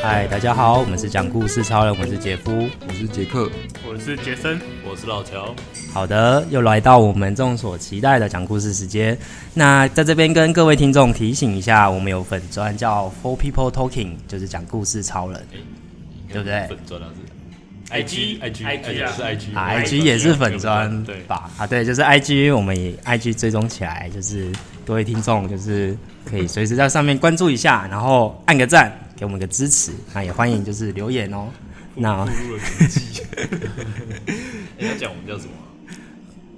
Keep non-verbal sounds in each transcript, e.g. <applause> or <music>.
嗨，大家好，我们是讲故事超人，我是杰夫。我是杰克，我是杰森，我是老乔，好的，又来到我们众所期待的讲故事时间。那在这边跟各位听众提醒一下，我们有粉专叫 Four People Talking，就是讲故事超人。对不对粉砖啊是 IG IG IG 啊哎是 IG 啊对，IG 也是粉对砖不对吧？啊，对，就是 IG，我们也 IG 追踪起来，就是各位听众就是可以随时在上面关注一下，然后按个赞，给我们个支持。那也欢迎就是留言哦。那步入了年纪。哎要讲我们叫什么啊？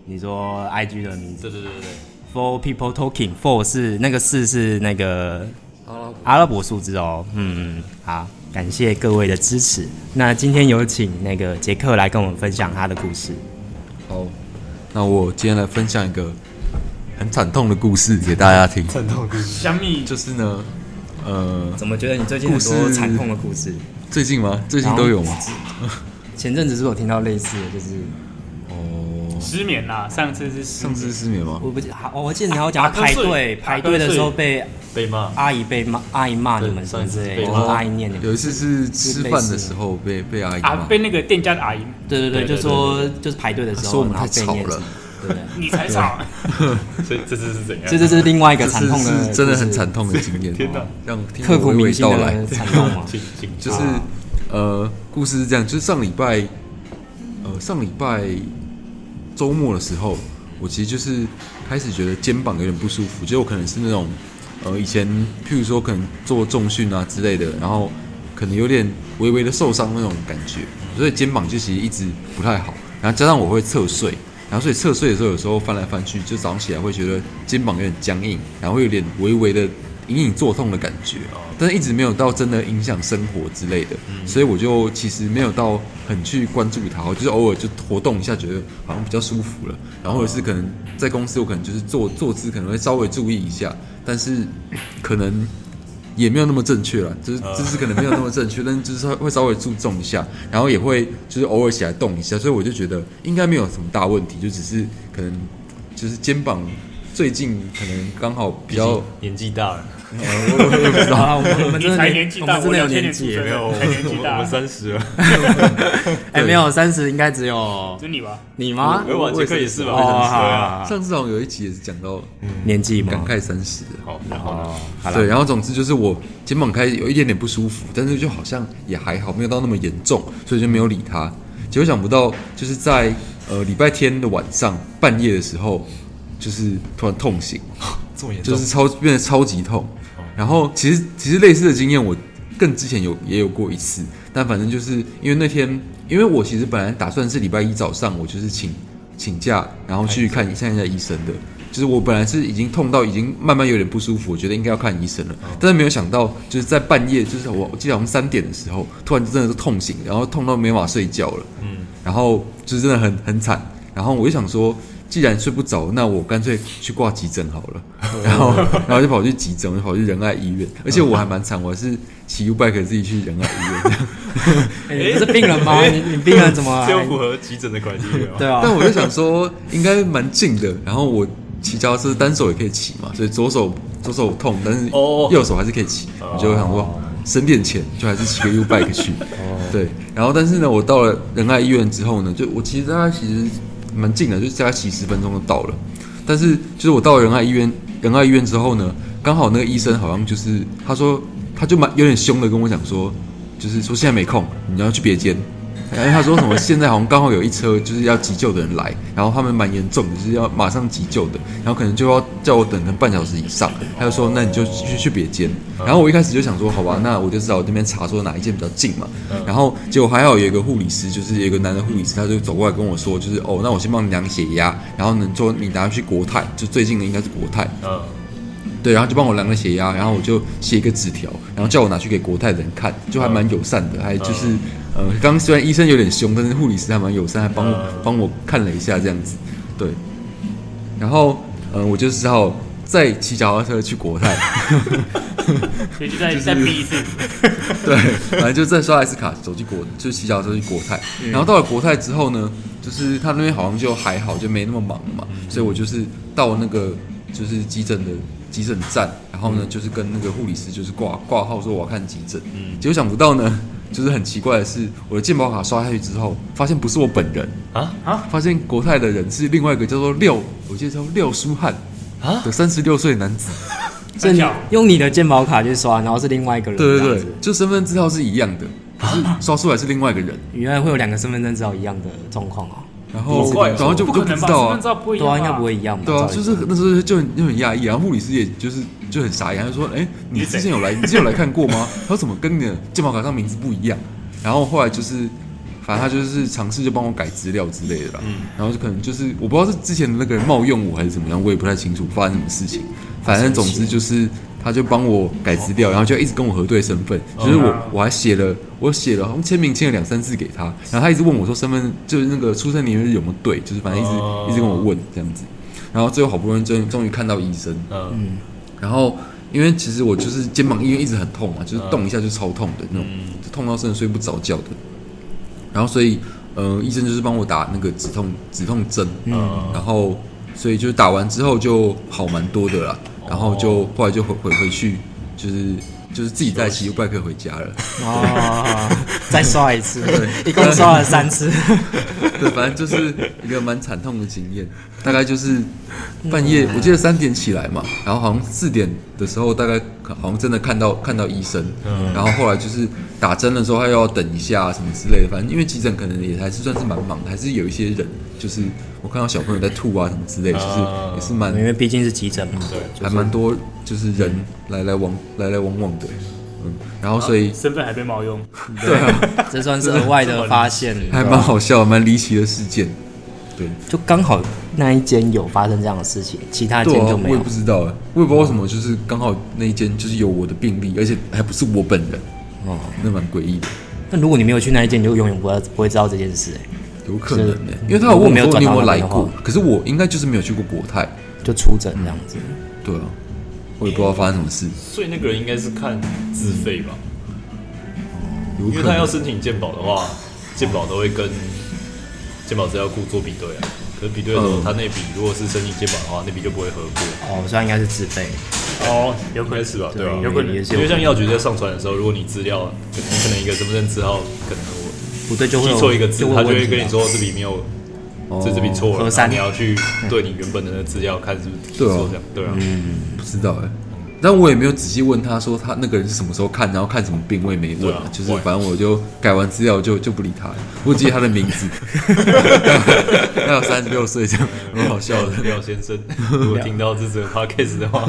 你说 IG 的名字对对对对对， ，Four People Talking，Four 是那个四是那个阿拉伯数字哦。嗯，好，感谢各位的支持。那今天有请那个杰克来跟我们分享他的故事。好，那我今天来分享一个很惨痛的故事给大家听。虾米就是呢，呃，怎么觉得你最近很多故事惨痛的故事？最近吗？最近都有吗？前阵子是不是有听到类似的，就是哦，失眠啦，上次是失上眠，次失眠吗？我不记好，我记得你要讲排啊队，打排瞌睡队的时候被被骂。阿姨被骂，阿姨骂你们对什么之类上一次被的，骂或者阿姨念你哦有们。一次是吃饭的时候被被阿姨啊骂，被那个店家的阿姨，对对对，对对就说就是排队的时啊说候，我们然后太被吵念什了么，对不对？你啊才吵，所以这次是怎样？所以这是另外一个这惨是痛的故事，是真的很惨痛的经 <laughs> 验。哦天哪，让听刻我骨娓铭娓心道来的。惨痛啊嘛。请请啊就是呃，故事是这样，就是上礼拜，呃，上礼拜周末的时候，我其实就是开始觉得肩膀有点不舒服，就我可能是那种呃，以前譬如说可能做重训啊之类的，然后可能有点微微的受伤那种感觉，所以肩膀就其实一直不太好，然后加上我会侧睡。然后所以侧睡的时候，有时候翻来翻去，就早上起来会觉得肩膀有点僵硬，然后会有点微微的隐隐作痛的感觉，啊但是一直没有到真的影响生活之类的，所以我就其实没有到很去关注它，我就是偶尔就活动一下，觉得好像比较舒服了，然后或者是可能在公司我可能就是坐坐姿可能会稍微注意一下，但是可能也没有那么正确了，就是就是可能没有那么正确，但是就是会稍微注重一下，然后也会就是偶尔起来动一下，所以我就觉得应该没有什么大问题，就只是可能就是肩膀最近可能刚好比比较较。年纪大了，好了，我 <laughs> 们我们你真的才年纪我大，们真我的有两年千年出纪生，耶，的，我才年纪我大们，三十了。哎，没有三十应该只有是你吧？你吗？我晚杰克也是吧？哦，我也好是啊好好上次好像有一集也是讲到年纪嘛感，慨三十了，好，然后呢？嗯好了对，，然后总之就是我肩膀开始有一点点不舒服，但是就好像也还好，没有到那么严重，所以就没有理他。结果想不到，就是在呃礼拜天的晚上半夜的时候，就是突然痛醒，这么严就是超变得超级痛。然后其实其实类似的经验，我更之前有也有过一次，但反正就是因为那天，因为我其实本来打算是礼拜一早上，我就是请请假，然后去看看一下医生的。就是我本来是已经痛到已经慢慢有点不舒服，我觉得应该要看医生了，但是没有想到就是在半夜，就是我我记得好像三点的时候，突然就真的是痛醒，然后痛到没办法睡觉了。然后就是真的很很惨。然后我就想说，既然睡不着，那我干脆去挂急诊好了。然后，然后就跑去急诊，我就跑去仁爱医院。而且我还蛮惨，我还是骑 U bike 自己去仁爱医院这样。哎你不是病人吗？你你病人怎 <laughs> 么 <laughs> 这还样符合急诊的管理吗？对啊？但我就想说，应该蛮近的。然后我骑脚踏车单手也可以骑嘛，所以左手左手痛，但是哦啊右手还是可以骑。我就想说，省点钱，就还是骑个 U bike 去。哦对，然后但是呢，我到了仁爱医院之后呢，就我其实大概其实蛮近的，就大概骑十分钟就到了。但是就是我到了仁爱医院，仁爱医院之后呢，刚好那个医生好像就是他说，他就蛮有点凶的跟我讲说，就是说现在没空，你要去别间。然后他说什么？现在好像刚好有一车就是要急救的人来，然后他们蛮严重的，就是要马上急救的，然后可能就要叫我等成半小时以上。他就说那你就去去别间。然后我一开始就想说好吧，那我就只好这边查说哪一间比较近嘛。然后结果还好有一个护理师，就是有一个男的护理师，他就走过来跟我说，就是哦，那我先帮你量血压，然后呢说你拿去国泰，就最近的应该是国泰。嗯，对，然后就帮我量了血压，然后我就写一个纸条，然后叫我拿去给国泰的人看，就还蛮友善的，还就是呃，刚刚虽然医生有点凶，但是护理师还蛮友善，还帮我帮我看了一下这样子，对，然后呃，我就只好再骑脚踏车去国泰，所以就再再逼一次， <laughs> 对，反正就再刷一次卡，走去国，就骑脚踏车去国泰。嗯然后到了国泰之嗯后呢，就是他那边好像就还好，就没那么忙嘛，所以我就是到那个就是急诊的急诊站，然后呢，嗯就是跟那个护理师就是挂挂号说我要看急诊，嗯，结果想不到呢，就是很奇怪的是，我的健保卡刷下去之后，发现不是我本人，啊发现国泰的人是另外一个叫做廖，我记得叫廖舒汉啊的三十六岁男子，所以你三小用你的健保卡去刷，然后是另外一个人，这对对样对子，，啊就身份资料是一样的，可是刷出来是另外一个人，原来会有两个身份证照一样的状况哦。然后好怪哦然后就不就可不能知吧？道身啊份，照不会一对样啊，吧应该不会一样吧？对啊，照理就是说那时候就很就很讶异，啊然后护理师也就是就很傻眼，他就说：“哎、你之前有来，你之前有来看过吗？ <laughs> 他说怎么跟你的健保卡上名字不一样？”然后后来就是，反正他就是尝试就帮我改资料之类的啦。嗯然后就可能就是我不知道是之前的那个人冒用我还是怎么样，我也不太清楚发生什么事情。反正总之就是，他就帮我改资料，然后就一直跟我核对身份，就是嗯我我还写了我写了好像签名签了两三次给他，然后他一直问我说身份就是那个出生年月日有没有对，就是反正一直哦一直跟我问这样子。然后最后好不容易终终于看到医生，嗯然后因为其实我就是肩膀因为一直很痛嘛，就是动一下就超痛的那种，嗯就痛到甚至睡不着觉的。然后所以呃，医生就是帮我打那个止痛止痛针，嗯然后所以就打完之后就好蛮多的啦，然后就后来就回回回去就是。就是自己带奇优怪客回家了，哦，再刷一次，一共刷了三次。 <laughs> 对，反正就是一个蛮惨痛的经验。大概就是半夜，我记得三点起来嘛，然后好像四点的时候，大概好像真的看到看到医生，然后后来就是打针的时候，他又要等一下什么之类的。反正因为急诊可能也还是算是蛮忙的，还是有一些人，就是我看到小朋友在吐啊什么之类，就是啊也是蛮因为毕竟是急诊嘛，对还蛮多，就是人来来往来来往往的，嗯，然后所以身份还被冒用，对啊，这算是额外的发现，还蛮好笑，蛮离奇的事件，对。就刚好那一间有发生这样的事情，其他间对啊，就没我也有不。知道哎，我也不知道为什么，就是刚好那一间就是有我的病例，而且还不是我本人，哦，那蛮诡异的，那如果你没有去那一间，你就永远不会不会知道这件事，哎，有可能呢是，因为他有问如果没有我转说你到有没有那来边的过话，可是我应该就是没有去过国泰，就出诊这样子。对啊，我也不知道发生什么事，所以那个人应该是看自费吧，有因为可他要能申请健保的话，健保都会跟健保资料库做比对啊。可是比对的时候，嗯他那笔如果是申请健保的话，那笔就不会合过，哦，所以它应该是自费，哦，有应可该能是吧？对吧？啊有可能也是因为有像药局在上传的时候，如果你资料可能可能一个身份证字号，可能我不对就会记有错一个字，就会有他就问会题跟你啊说这笔没有，哦嗯这这笔错了，核那删你要去对你原本的那个资料看是不是记对啊错这样，对啊，不知道哎。但我也没有仔细问他说他那个人是什么时候看，然后看什么病，我也没问、对啊就是我也反正我就改完资料就就不理他了，我记得他的名 <laughs> 字， <laughs> 他有三十六岁这样，很好笑的。廖先 <laughs> 生，如啊果听到这则 podcast 的话，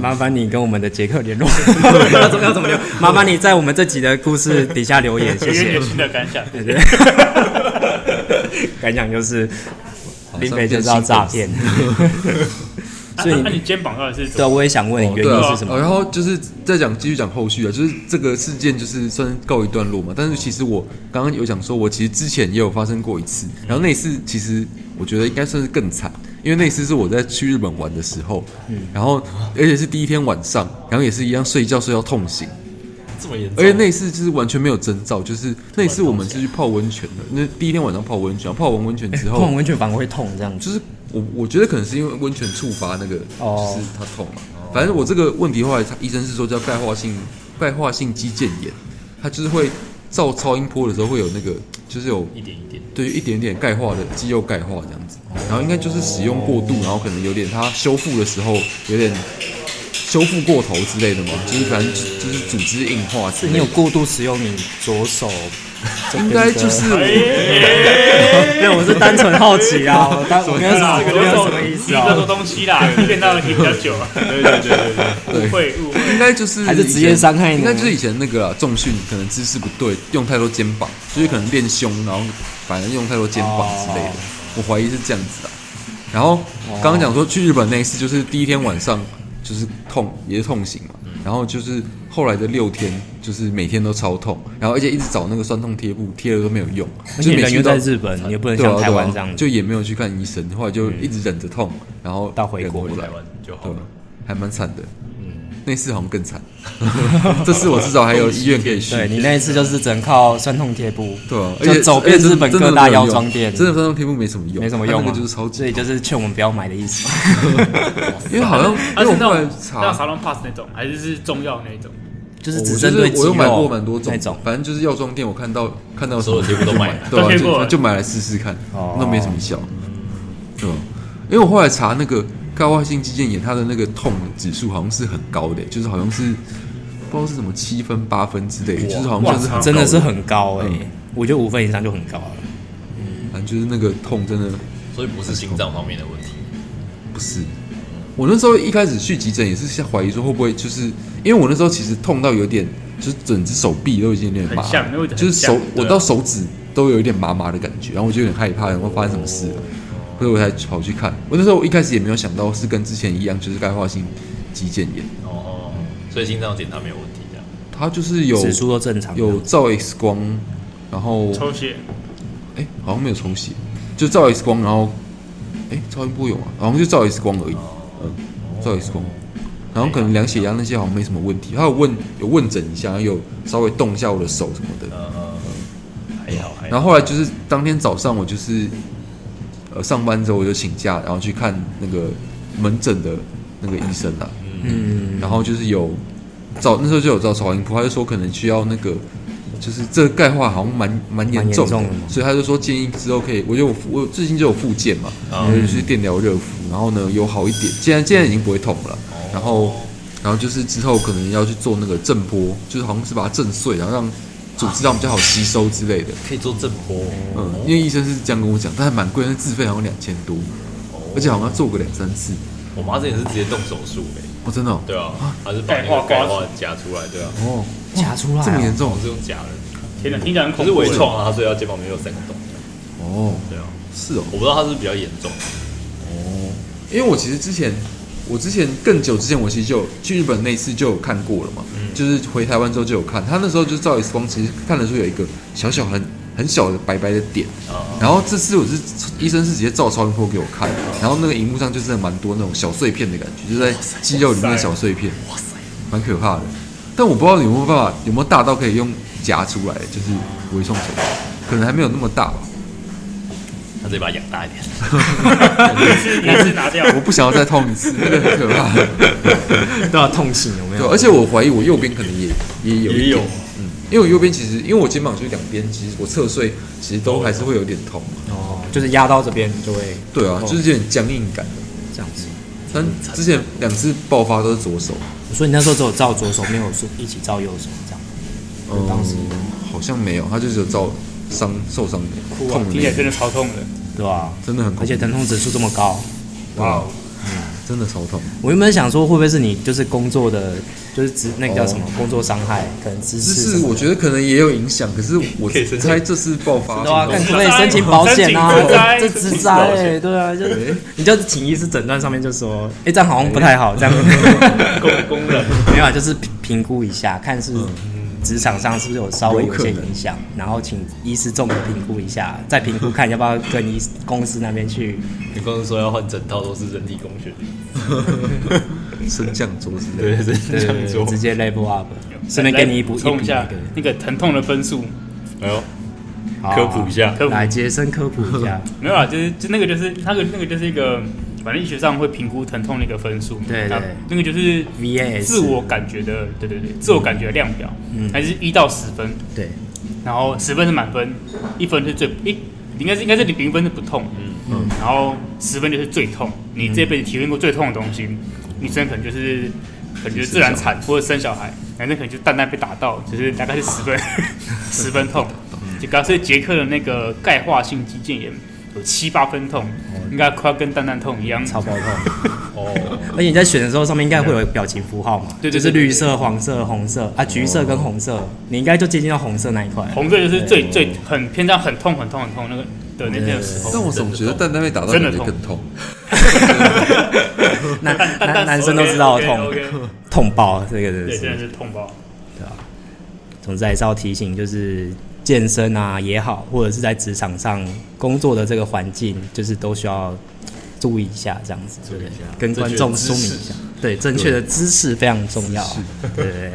麻烦你跟我们的杰克联 <laughs> 络， <laughs> 要怎么要怎么联络？麻烦你在我们这集的故事底下留 <laughs> 言，谢有点谢有。新的感想，啊对 <laughs> 对，感想就是林北就知道上诈变骗新，那所以那你你肩膀到底是怎对啊，么？我也想问你原对因啊，是什哦么？然后就是再讲，继续讲后续啊，就是这个事件就是算是告一段落嘛。但是其实我刚刚有讲说，我其实之前也有发生过一次，然后那一次其实我觉得应该算是更惨，因为那一次是我在去日本玩的时候，嗯然后而且是第一天晚上，然后也是一样睡觉睡到痛醒。这么严重，而且那次就是完全没有征兆，就是那次我们是去泡温泉的，那第一天晚上泡温泉，泡完温泉之碰完后，温泉反而会哎痛这样子。就是我我觉得可能是因为温泉触发那个，哦就是它痛嘛。反正我这个问题后来他医生是说叫钙化性钙化性肌腱炎，它就是会照超音波的时候会有那个，就是有一点一点，对于一点点钙化的肌肉钙化这样子，然后应该就是使用过度，然后可能有点它修复的时候有点修复过头之类的嘛，就是反正就就是组织硬化是之类你的有。过度使用你左手这边应的，该就是我 <laughs> 没有，我是单纯好奇啊，我单我没有什么哎这我个没有叫什做么意你思在说啊，东西啦，练到你比较久啊，对对对对对，<laughs> 对误会误会， <laughs> 应该就是还是职业伤害呢应该就是以前那个啊重训可能姿势不对，用太多肩膀，就是可能练胸，然后反正用太多肩膀之类的哦，我怀疑是这样子啊。然后刚刚讲说去日本那一次，就是第一天晚上就是痛，也是痛醒嘛，嗯然后就是后来的六天，就是每天都超痛，然后而且一直找那个酸痛贴布贴了都没有用，而且就是每人次又都在日本，你也不能对啊像台湾这对啊样就子。也没有去看医生，后来就一直忍着痛，然后到回国忍过台来，湾就好对了，，嗯还蛮惨的。那次好像更惨， <laughs> 这次我至少还有医院可以去。对你那一次就是只能靠酸痛贴布，对啊，而就且走遍日本各大药妆店，真的酸痛贴布没什么用，没什么用它啊，那个就是超级所以，就是劝我们不要买的意 <laughs> 思。因为好像它因为啊是我那后来种那种查，沙龙 pass 那种，还是是中药那种？就是我只觉针得对肌我肉有买过蛮多种那种，反正就是药妆店我看到看到所有贴布都买了对啊都贴过就了就买来试试看哦，那没什么效，对吧？因为我后来查那个钙化性肌腱炎，它的那个痛指数好像是很高的，就是好像是不知道是什么七分八分之类的，就是好像就是很高真的是，很高哎、嗯我觉得五分以上就很高了。反正就是那个痛真的所以不是心脏方面的问题，不是。我那时候一开始去急诊也是在怀疑说会不会就是因为我那时候其实痛到有点，就是整只手臂都已经有点麻很，像那个很就是像手我对啊到手指都有一点麻麻的感觉，然后我就有点害怕，然后发生什么事了，所以我才跑去看。我那时候一开始也没有想到是跟之前一样，就是钙化性肌腱炎，哦，所以心脏检查没有问题，啊这样它就是有指数都正常的，有照 X 光，然后抽血哎、好像没有抽血，就照 X 光，然后哎、超音波有吗？好像就照 X 光而已，嗯，照 X 光，然后可能量血压那些好像没什么问题，他有问有问诊一下，有稍微动一下我的手什么的，还好还好。然后后来就是当天早上我就是呃上班之后我就请假，然后去看那个门诊的那个医生啦、嗯，然后就是有照那时候就有照超音波，他就说可能需要那个。就是这个钙化好像蛮蛮严重的，蛮严重的嘛所以他就说建议之后可以，我就有我最近就有复健嘛，然后就去电疗热敷，然后呢有好一点，现在现在已经不会痛了啦，然后然后就是之后可能要去做那个震波，就是好像是把它震碎，然后让组织上比较好吸收之类的，可以做震波，哦嗯，因为医生是这样跟我讲，但还蛮贵，那自费好像两千多，哦而且好像要做个两三次。我妈之前是直接动手术哎，哦，真的哦，对啊，她是把那个钙化夹出来，对啊，哦，夹出来、这么啊严，重我是用夹的，天哪，听起来很可恐是怖微欸。创啊，所以她肩膀没有三个洞，哦，对啊，是哦，我不知道她是比较严重，因为我其实之前，我之前更久之前，我其实就有去日本那一次就有看过了嘛，就是回台湾之后就有看，他那时候就照 X 光，其实看得出有一个小小很很小的白白的点，啊然后这次我是医生是直接照超音波给我看，然后那个荧幕上就真的蛮多那种小碎片的感觉，就在肌肉里面的小碎片，哇塞，蛮可怕的。但我不知道有没有办法，有没有大到可以用夹出来，就是微创手术，可能还没有那么 <laughs> 大吧。她直接把它养大一点， <laughs> 一次一次拿掉，我不想要再痛一次，那个很可怕。都要痛醒有没 <laughs> 对，啊有？而且我怀疑我右边可能也也有一点也有，嗯，因为我右边其实因为我肩膀就两边，其实我侧睡其实都还是会有点痛。哦，就是压到这边就会对啊，就是有点僵硬感。这样子。但之前两次爆发都是左手，所以你那时候只有照左手，没有说一起照右手这样。嗯，当时好像没有，他就只有照伤受伤的哭啊痛的听那起来真的个，超痛的。对啊，真的很恐而且疼痛指数这么高，怖啊哇，真的超痛。我原本想说会不会是你就是工作的，就是职那个叫什么、工作伤害，可能姿只势什是么的。我觉得可能也有影响，可是我可以申请猜这次爆发对啊，看什么可不可以申请保险啊申请职灾？这职灾申请保哎，险对啊，就哎是你就请医师诊断上面就说，哎，这样好像不太好，这样工工人 <laughs> 没有啊，就是评评估一下，看是职场上是不是有稍微有一些影响，然后请医师综合评估一下，再评估看要不要跟医公司那边去。你刚刚说要换整套都是人体工学，升降桌之类的，对，是 <laughs> 这样 <laughs> 做。直接 level up，顺便给你一补来补充一下一补那个疼痛的分数，哎呦，那个啊科普一下好来杰森科普一下，没有啦，啊就是就那个就是那个那个就是一个，反正医学上会评估疼痛的一个分数，对对那那个就是 VAS 自我感觉的，对对对，自我感觉的量表，嗯还是一到十分，对，然后十分是满分，一分是最一，应该是应该是零分是不痛，嗯，然后十分就是最痛，你这辈子体验过最痛的东西，女生可能就是可能就是自然产或者生小孩，男生可能就蛋蛋被打到，就是大概是十分十分痛，就刚所以杰克的那个钙化性肌腱炎有七八分痛，应该快要跟蛋蛋痛一样，超爆痛。 <laughs> 哦，而且你在选的时候，上面应该会有表情符号嘛？对对对哦就是绿色、黄色、红色啊，橘色跟红色，你应该就接近到红色那一块。红色就是最最很偏向很痛很痛很痛那个的那些时但候，我总觉得蛋蛋被打到真的感觉痛更痛。男蛋蛋男蛋男生都知道的 o 痛 k 痛爆，这个真的对，真的是。是痛爆。总之还是要提醒，就是健身啊也好，或者是在职场上工作的这个环境，就是都需要注意一下，这样子，对不对？跟观众说明一下，对正确的姿势非常重要姿势，对对对。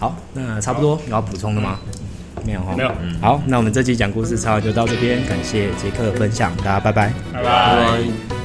好，那差不多有要补充的吗？没有哈，没有好，那我们这期讲故事超就到这边，感谢杰克的分享，大家拜拜。拜拜。拜